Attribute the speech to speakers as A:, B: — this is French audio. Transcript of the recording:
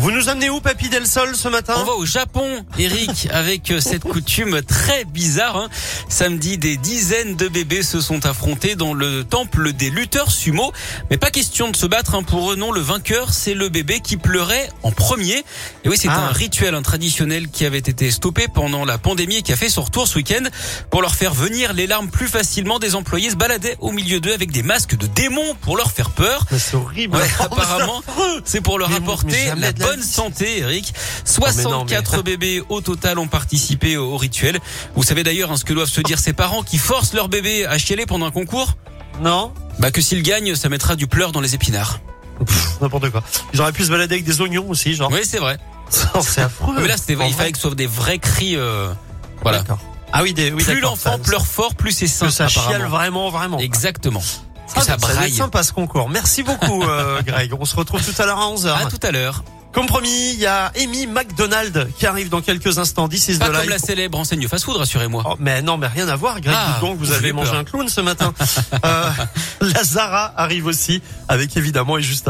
A: Vous nous amenez où, Papy Del Sol, ce matin
B: On va au Japon, Eric, avec euh, cette coutume très bizarre. hein. Samedi, des dizaines de bébés se sont affrontés dans le temple des lutteurs sumo. Mais pas question de se battre hein, pour eux, non. Le vainqueur, c'est le bébé qui pleurait en premier. Et oui, c'est
A: Ah.
B: un rituel hein, traditionnel qui avait été stoppé pendant la pandémie et qui a fait son retour ce week-end. Pour leur faire venir les larmes plus facilement, des employés se baladaient au milieu d'eux avec des masques de démons pour leur faire peur.
A: Mais C'est horrible.
B: Ouais,
A: Oh, mais c'est
B: apparemment,
A: affreux.
B: c'est pour leur
A: Mais- mais
B: apporter
A: jamais de la
B: la bonne
A: vie. Oh,
B: santé, Eric.
A: mais non,
B: 64
A: mais-
B: bébés au total ont participé au, au rituel. Vous savez d'ailleurs hein, ce que doivent se dire ces parents qui forcent leur bébé à chialer pendant un concours
A: Non
B: Bah que s'il gagne, ça mettra du pleur dans les épinards.
A: Pff, N'importe quoi. J'aurais pu se balader avec des oignons aussi, genre.
B: Oui, c'est vrai.
A: Non, C'est affreux.
B: Mais là, c'était vrai.
A: En
B: Il fallait que ce soit des vrais cris. euh, Voilà.
A: D'accord. Ah oui, des, oui
B: plus
A: d'accord,
B: l'enfant
A: ça-
B: pleure fort, plus c'est sain.
A: Que ça chiale
B: apparemment.
A: vraiment, vraiment.
B: Exactement.
A: Ah,
B: que ça
A: donc, va être
B: braille.
A: sympa ce concours. Merci beaucoup, euh, Greg. On se retrouve tout à l'heure à 11h.
B: À tout à l'heure.
A: Comme promis, il y a Amy McDonald qui arrive dans quelques instants. This is
B: Pas
A: the
B: comme
A: life.
B: la célèbre enseigne fast-food, rassurez-moi.
A: Oh, mais non, mais rien à voir, Greg.
B: Ah,
A: Dites donc, vous
B: j'ai
A: avez
B: eu
A: mangé
B: peur.
A: un clown ce matin. euh, Lazara arrive aussi, avec évidemment et juste